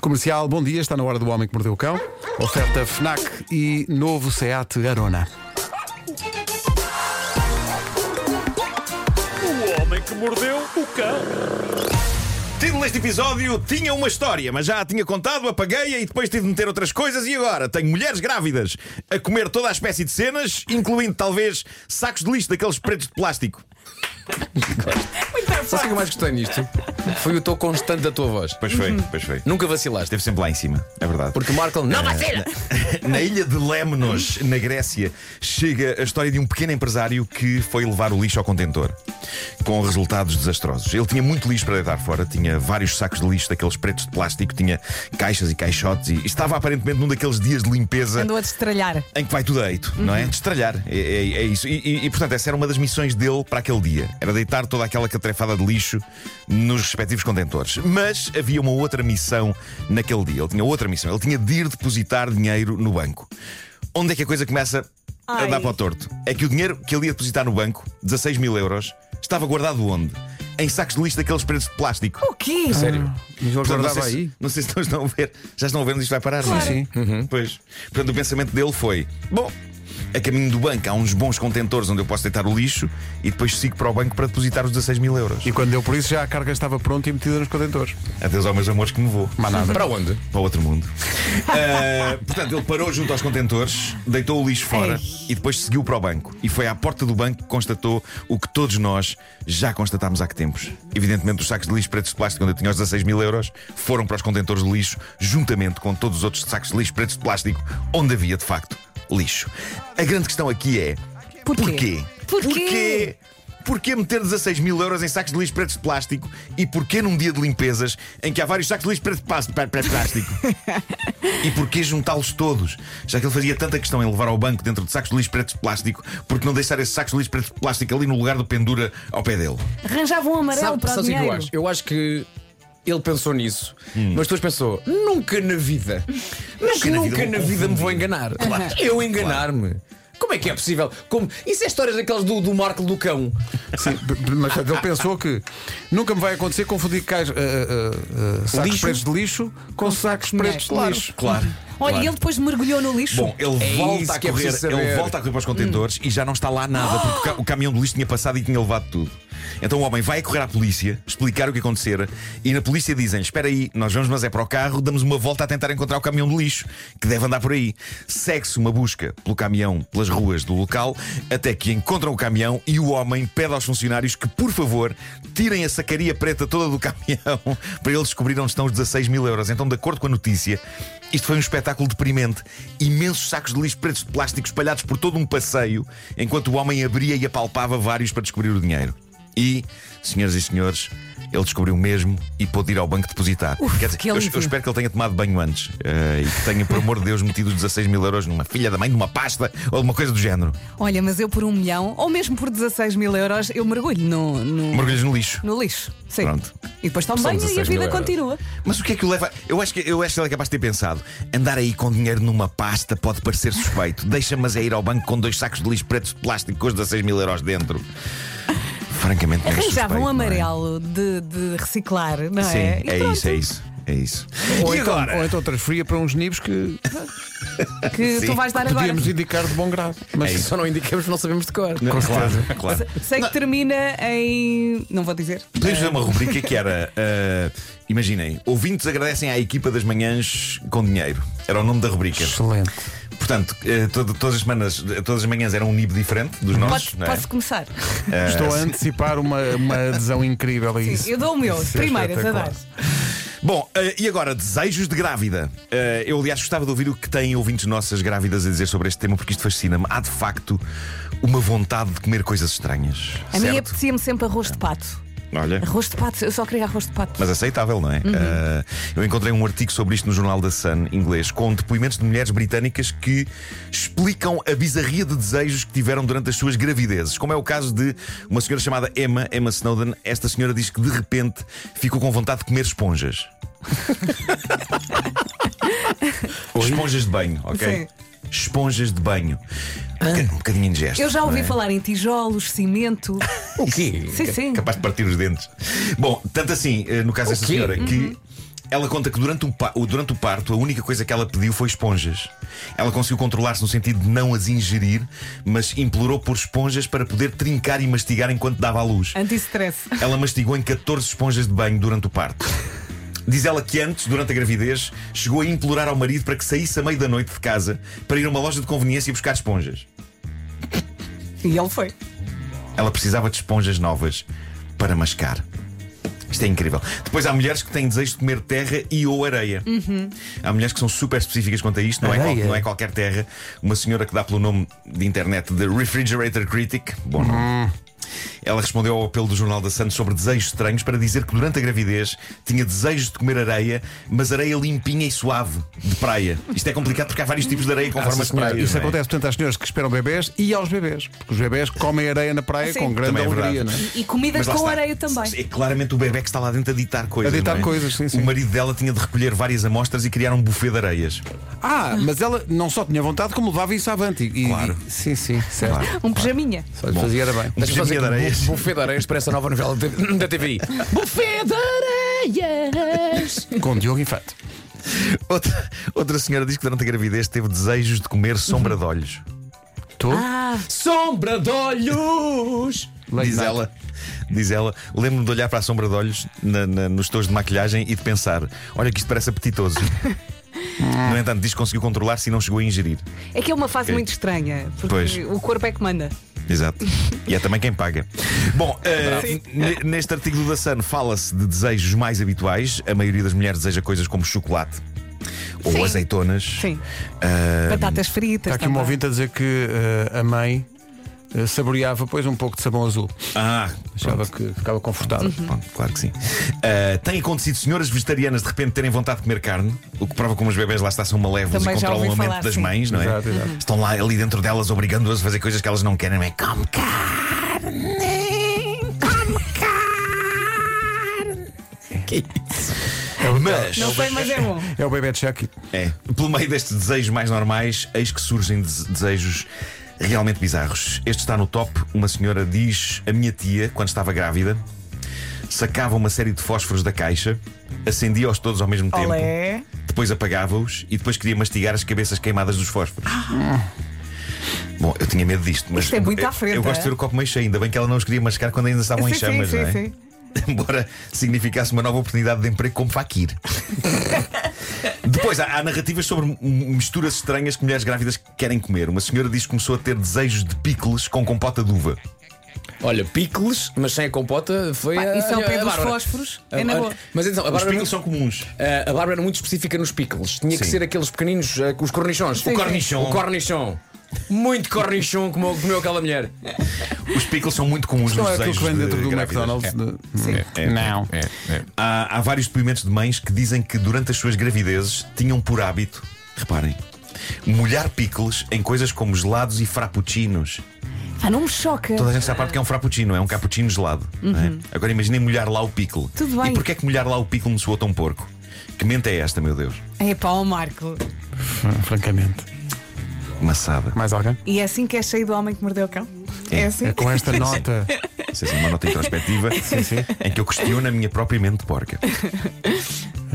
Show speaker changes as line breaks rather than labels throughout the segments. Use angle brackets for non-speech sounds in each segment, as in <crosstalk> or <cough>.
Comercial, bom dia, está na hora do Homem que Mordeu o Cão. Oferta FNAC e novo SEAT Arona.
O homem que mordeu o cão.
Título deste episódio tinha uma história, mas já a tinha contado, apaguei-a e depois tive de meter outras coisas. E agora tenho mulheres grávidas a comer toda a espécie de cenas, incluindo talvez sacos de lixo daqueles pretos de plástico.
Sabe o que eu mais gostei nisto? Foi o tom constante da tua voz.
Pois foi, pois foi.
Nunca vacilaste.
Esteve sempre lá em cima, é verdade.
Porque o Marco não vacila!
<laughs> Na ilha de Lemnos, na Grécia, chega a história de um pequeno empresário que foi levar o lixo ao contentor, com resultados desastrosos. Ele tinha muito lixo para deitar fora, tinha vários sacos de lixo daqueles pretos de plástico, tinha caixas e caixotes e estava aparentemente num daqueles dias de limpeza
Andou a destralhar.
em que vai tudo a eito, não é? Destralhar. É, é- é isso. E, e- e, portanto, essa era uma das missões dele para aquele dia. Era deitar toda aquela catrefada de lixo nos respectivos contentores. Mas havia uma outra missão naquele dia. Ele tinha outra missão. Ele tinha de ir depositar dinheiro no banco. Onde é que a coisa começa a
Ai.
dar para o torto? É que o dinheiro que ele ia depositar no banco, 16 mil euros, estava guardado onde? Em sacos de lixo daqueles presos de plástico.
O quê?
Sério.
Mas eu
Portanto, não, sei
guardava
se,
aí.
não sei se estão a ver. Já estão a ver onde isto vai parar, não é?
Sim,
Uhum. Pois. Portanto, o pensamento dele foi: bom, a caminho do banco há uns bons contentores onde eu posso deitar o lixo e depois sigo para o banco para depositar os 16 mil euros.
E quando deu por isso, já a carga estava pronta e metida nos contentores.
Adeus aos meus amores que me vou.
Mas nada.
Para onde?
Para outro mundo. Ah, portanto, ele parou junto aos contentores, deitou o lixo fora e depois seguiu para o banco. E foi à porta do banco que constatou o que todos nós já constatámos há que tempos. Evidentemente, os sacos de lixo pretos de plástico, onde eu tinha os 16 mil euros, foram para os contentores de lixo, juntamente com todos os outros sacos de lixo pretos de plástico, onde havia de facto lixo. A grande questão aqui é:
Porquê?
Porquê?
Porquê?
Porquê? Porquê meter 16 mil euros em sacos de lixo pretos de plástico? E porquê num dia de limpezas em que há vários sacos de lixo pretos de plas- pá- pá- plástico?
<laughs>
e porquê juntá-los todos? Já que ele fazia tanta questão em levar ao banco dentro de sacos de lixo pretos de plástico, porque não deixar esses sacos de lixo pretos de plástico ali no lugar do pendura ao pé dele?
Arranjava um amarelo
Sabe,
para o
sabes o
é
que
dinheiro.
eu acho? Eu acho que ele pensou nisso, mas depois pensou: nunca na vida, mas
na vida
nunca
eu
na
me
vida me vou
confundi.
enganar.
Claro.
Eu enganar-me. Como é que é possível? Como... Isso é histórias daqueles do, do Marco do Cão.
Sim, b- b- mas ele pensou que nunca me vai acontecer confundir cais, ah, ah, ah, sacos
Lixo?
pretos de lixo com sacos pretos de lixo.
Claro.
Olha,
claro.
e ele depois mergulhou no lixo.
Bom, ele
É isso
volta a
que é
correr,
preciso saber.
ele volta a correr para os contentores e já não está lá nada, porque o ca- o caminhão de lixo tinha passado e tinha levado tudo. Então o homem vai correr à polícia, explicar o que acontecera, e na polícia dizem: Espera aí, nós vamos, mas é para o carro, damos uma volta a tentar encontrar o caminhão de lixo, que deve andar por aí. Segue-se uma busca pelo caminhão, pelas ruas do local, até que encontram o caminhão e o homem pede aos funcionários que, por favor, tirem a sacaria preta toda do <laughs> caminhão para eles descobrir onde estão os 16 mil euros. Então, de acordo com a notícia, isto foi um espetáculo deprimente. Imensos sacos de lixo pretos de plástico espalhados por todo um passeio, enquanto o homem abria e apalpava vários para descobrir o dinheiro. E, senhoras e senhores, ele descobriu mesmo e pôde ir ao banco depositar.
Uf,
Quer dizer,
que
eu, eu
alívio.
espero que ele tenha tomado banho antes eh, e que tenha, por amor de Deus, metido os 16 mil euros numa filha da mãe, numa pasta ou alguma coisa do género.
Olha, mas eu por um milhão, ou mesmo por 16 mil euros, eu mergulho no, no,
Mergulhos Um no lixo.
no lixo. Sim.
Pronto.
E depois tomo
São
banho e a
16 mil
vida
euros.
continua.
Mas o que é que o leva? Eu acho que, eu acho que ele é capaz de ter pensado. Andar aí com dinheiro numa pasta pode parecer suspeito. Deixa-me mas é ir ao banco com dois sacos de lixo pretos de plástico com os 16 mil euros dentro. Francamente, não é
Arranjava
suspeito,
um
não é?
amarelo de, de reciclar, não
Sim,
é? E
é
pronto,
isso, é isso. É isso.
Ou,
e
então,
agora?
ou então transferia para uns nibs que
Que
Sim.
tu vais dar agora.
podíamos indicar de bom grado. Mas
É isso.
Só não indicamos, não sabemos de cor.
Não, claro, claro.
Sei que termina em. Não vou dizer.
Podemos fazer uma rubrica que era. ah, imaginem, ouvintes agradecem à equipa das manhãs com dinheiro. Era o nome da rubrica.
Excelente.
Portanto, ah, todo- todas, as semanas, todas as manhãs era um nibo diferente dos nossos.
Pode-
não é?
posso começar?
Estou a antecipar uma, uma adesão incrível a isso.
Sim, eu dou o
<laughs>
meu,
Isso é
primeiras a dar.
Bom, eh, e agora, desejos de grávida. Eh, eu, aliás, gostava de ouvir o que têm ouvintes nossas grávidas a dizer sobre este tema, porque isto fascina-me. Há, de facto, uma vontade de comer coisas estranhas.
A mim
certo?
apetecia-me sempre arroz de pato.
Olha.
Arroz de pato, eu só queria arroz de pato.
Mas aceitável, não é?
Uhum.
Eh, eu encontrei um artigo sobre isto no jornal da Sun, inglês, com depoimentos de mulheres britânicas que explicam a bizarria de desejos que tiveram durante as suas gravidezes. Como é o caso de uma senhora chamada Emma, Emma Snowden. Esta senhora diz que, de repente, ficou com vontade de comer esponjas. Esponjas de banho, ok? Esponjas de banho. Um boca- um bocadinho indigesto.
Eu já ouvi
não é?
falar em tijolos,
<laughs>
cimento.
O quê?
Sim, sim.
Capaz de partir os dentes. Bom, tanto assim, eh, no caso desta
quê?
senhora, que Ela conta que durante o, pa- o- durante o parto a única coisa que ela pediu foi esponjas. Ela conseguiu controlar-se no sentido de não as ingerir, mas implorou por esponjas para poder trincar e mastigar enquanto dava à luz.
Anti-stress.
Ela mastigou em 14 esponjas de banho durante o parto. Diz ela que antes, durante a gravidez, chegou a implorar ao marido para que saísse a meio da noite de casa para ir a uma loja de conveniência e buscar esponjas.
E ele foi.
Ela precisava de esponjas novas para mascar. Isto é incrível. Depois há mulheres que têm desejo de comer terra e ou areia. Há mulheres que são super específicas quanto a isto, não é, qual-
Areia?
não é qualquer terra. Uma senhora que dá pelo nome de internet de Refrigerator Critic, bom nome. Ela respondeu ao apelo do Jornal da Santos sobre desejos estranhos para dizer que durante a gravidez tinha desejos de comer areia, mas areia limpinha e suave, de praia. Isto é complicado porque há vários tipos de areia com formas de
Ah, Senhora,
praia.
isso
não é?
acontece tanto às senhoras que esperam bebés e aos bebés, porque os bebés comem areia na praia
Sim.
com grande
Também é
alegria, não é?
verdade.
E comida
Mas lá
com
está.
areia também.
É claramente o bebê que está lá dentro a ditar coisas.
A ditar
não é?
coisas, sim, sim.
O marido dela tinha de recolher várias amostras e criar um buffet de areias.
Ah, mas ela não só tinha vontade, como levava isso avante. E,
Claro.
e- sim, sim, certo.
Claro.
Um pijaminha.
Só lhe fazia era bem.
Um
Deixa-me fazer
pijaminha de areias.
aqui um bu- buffet de areias para essa nova novela da da TVI. buffet de areias!
Com Diogo Infante.
<laughs> Outra, outra senhora diz que durante a gravidez teve desejos de comer sombra de olhos.
Tu?
Ah,
Sombra de olhos!
Late
diz
night.
ela, diz ela, lembro-me de olhar para a sombra de olhos na- na- nos tons de maquilhagem e de pensar: olha que isto
<laughs>
parece apetitoso. no entanto, diz que conseguiu controlar-se e não chegou a ingerir.
É que é uma fase
Ok.
muito estranha, porque
Pois.
o corpo é que manda.
Exato. E é também quem paga. Bom, eh, ne- neste artigo do Dassan fala-se de desejos mais habituais. A maioria das mulheres deseja coisas como chocolate ou
Sim.
azeitonas.
Sim.
Ah,
Batatas fritas.
Está aqui
também.
uma ouvinte a dizer que eh, a mãe eh, saboreava, pois, um pouco de sabão azul.
ah,
Achava que ficava confortável.
Uhum.
pronto, claro que sim. Ah, tem acontecido senhoras vegetarianas de repente terem vontade de comer carne, o que prova como os bebés lá está são malévolos
Também
e
já
controlam a
ouvi
mente
falar,
das
sim.
mães, não é?
Exato, exato.
Estão lá ali dentro delas obrigando-as a fazer coisas que elas não querem, não é? Come carne! Come carne!
É o-
Mas.
Não sei, mas é bom.
É o bebê de Chucky.
É. Pelo meio destes desejos mais normais, eis que surgem des- desejos realmente bizarros. Este está no top. Uma senhora diz: A minha tia, quando estava grávida, sacava uma série de fósforos da caixa, acendia-os todos ao mesmo tempo,
Olé.
depois apagava-os e depois queria mastigar as cabeças queimadas dos fósforos. Bom, eu tinha medo disto, mas
Isto é muito à
eu-
frente,
eu gosto de
é?
ver o copo meio cheio, ainda bem que ela não os queria mascar quando ainda estavam em
Sim,
chamas,
sim,
não é?
sim, sim.
<laughs> Embora significasse uma nova oportunidade de emprego como faquir. Depois há, há narrativas sobre m- misturas estranhas que mulheres grávidas querem comer. Uma senhora diz que começou a ter desejos de picles com compota de uva.
Olha, picles, mas sem a compota foi.
Pá,
a-
isso é o
a
pé dos
Bárbara.
fósforos.
A-
É na
a-
boa.
Mas então, a
Os
Bárbara, eh,
picles são comuns.
a- a Bárbara era muito específica nos picles. Tinha que
Sim.
ser aqueles pequeninos, eh, com os cornichons.
O cornichon.
O cornichon. Muito cornichon como comeu aquela mulher.
Os picles são muito comuns
Não
nos
é aquilo
desejos
que vem dentro
de
do
grávidas.
McDonald's. de-
É.
Não.
Há, há vários depoimentos de mães que dizem que durante as suas gravidezes tinham por hábito, reparem, molhar picles em coisas como gelados e frappuccinos.
Ah, não me choca.
Toda a gente sabe a parte que é um frappuccino, é um cappuccino gelado. não é? Agora imaginem molhar lá o pico.
Uhum. Tudo bem.
E porquê é que molhar lá o pico me soou tão porco? Que mente é esta, meu Deus?
É pá, o Marco.
É.
Fran- Francamente.
Maçada.
Mais alguém?
E é assim que é cheio do homem que mordeu o cão? É, assim?
É com <laughs> esta nota.
Isso é assim, uma nota
<laughs>
introspectiva em que eu questiono a minha própria mente porca.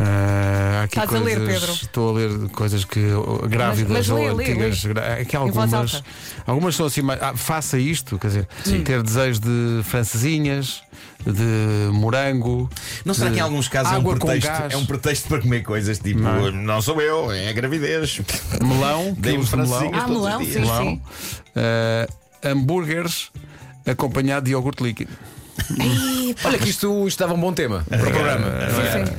Ah, há aqui
Estás a ler,
coisas-
Pedro?
Estou a ler coisas que oh, grávidas
mas lê,
ou
lê,
antigas. gra- Aqui há
Em voz
algumas.
alta.
Algumas são assim, mais- ah, faça isto, quer dizer, ter desejos de francesinhas, de morango.
Não será
de
que em alguns casos é um,
água com
pretexto,
gás.
é um pretexto para comer coisas tipo não, sou eu, é a gravidez. <laughs> um
melão,
Dei-me
quilos de melão,
francesinhas
Ah,
todos
melão,
os dias.
sim.
melão ah, hambúrgueres acompanhado de iogurte líquido.
Olha, que isto, isto dava um bom tema para o programa.
Sim, sim.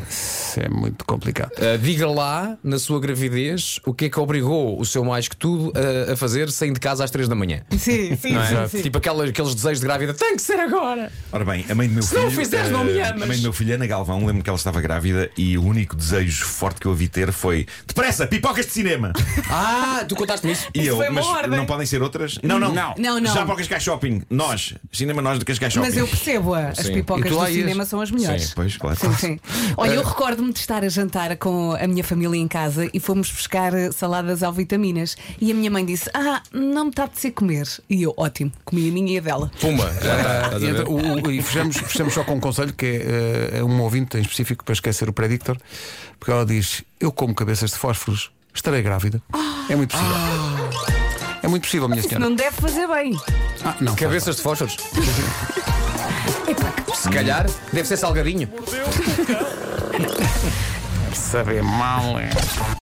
Isso é muito complicado.
Uh, diga lá, na sua gravidez, o que é que obrigou o seu mais que tudo eh, a, a fazer saindo de casa às 3 da manhã?
Sim, sim,
Não é?
sim, sim.
Tipo aquela- aqueles desejos de grávida, tem que ser agora!
Ora bem, a mãe do meu
Se
filho.
não fizeres, não me
eh,
amas.
A mãe do meu filho, Ana Galvão, lembro-me que ela estava grávida e o único desejo forte que eu a vi ter foi: depressa, pipocas de cinema!
Ah, tu contaste-me isso?
E eu,
foi uma
mas
ordem.
não podem ser outras? Não, não, não.
Não, não.
Já para o Cascais Shopping. Nós, cinema nós do Cascais Shopping.
Mas eu percebo, as
Sim.
pipocas
E tu
do
lá ias?
cinema são as melhores.
Sim, pois, claro.
Sim, sim. Olha, eu recordo Recordo-me de estar a jantar com a minha família em casa e fomos buscar eh, saladas ao vitaminas. E a minha mãe disse: Ah, não me está a apetecer comer. E eu, ótimo, comi a minha e a dela.
Puma, já está. estás a
E,
ver?
então, o- o- e fechamos, fechamos só com um conselho que é eh, um ouvinte em específico para esquecer o predictor, porque ela diz: Eu como cabeças de fósforos, estarei grávida. É muito possível.
Ah.
É muito possível, minha senhora.
Não deve fazer bem.
Ah, não, faz
Cabeças de fósforos. Se calhar, deve ser salgadinho.
saber mal. é.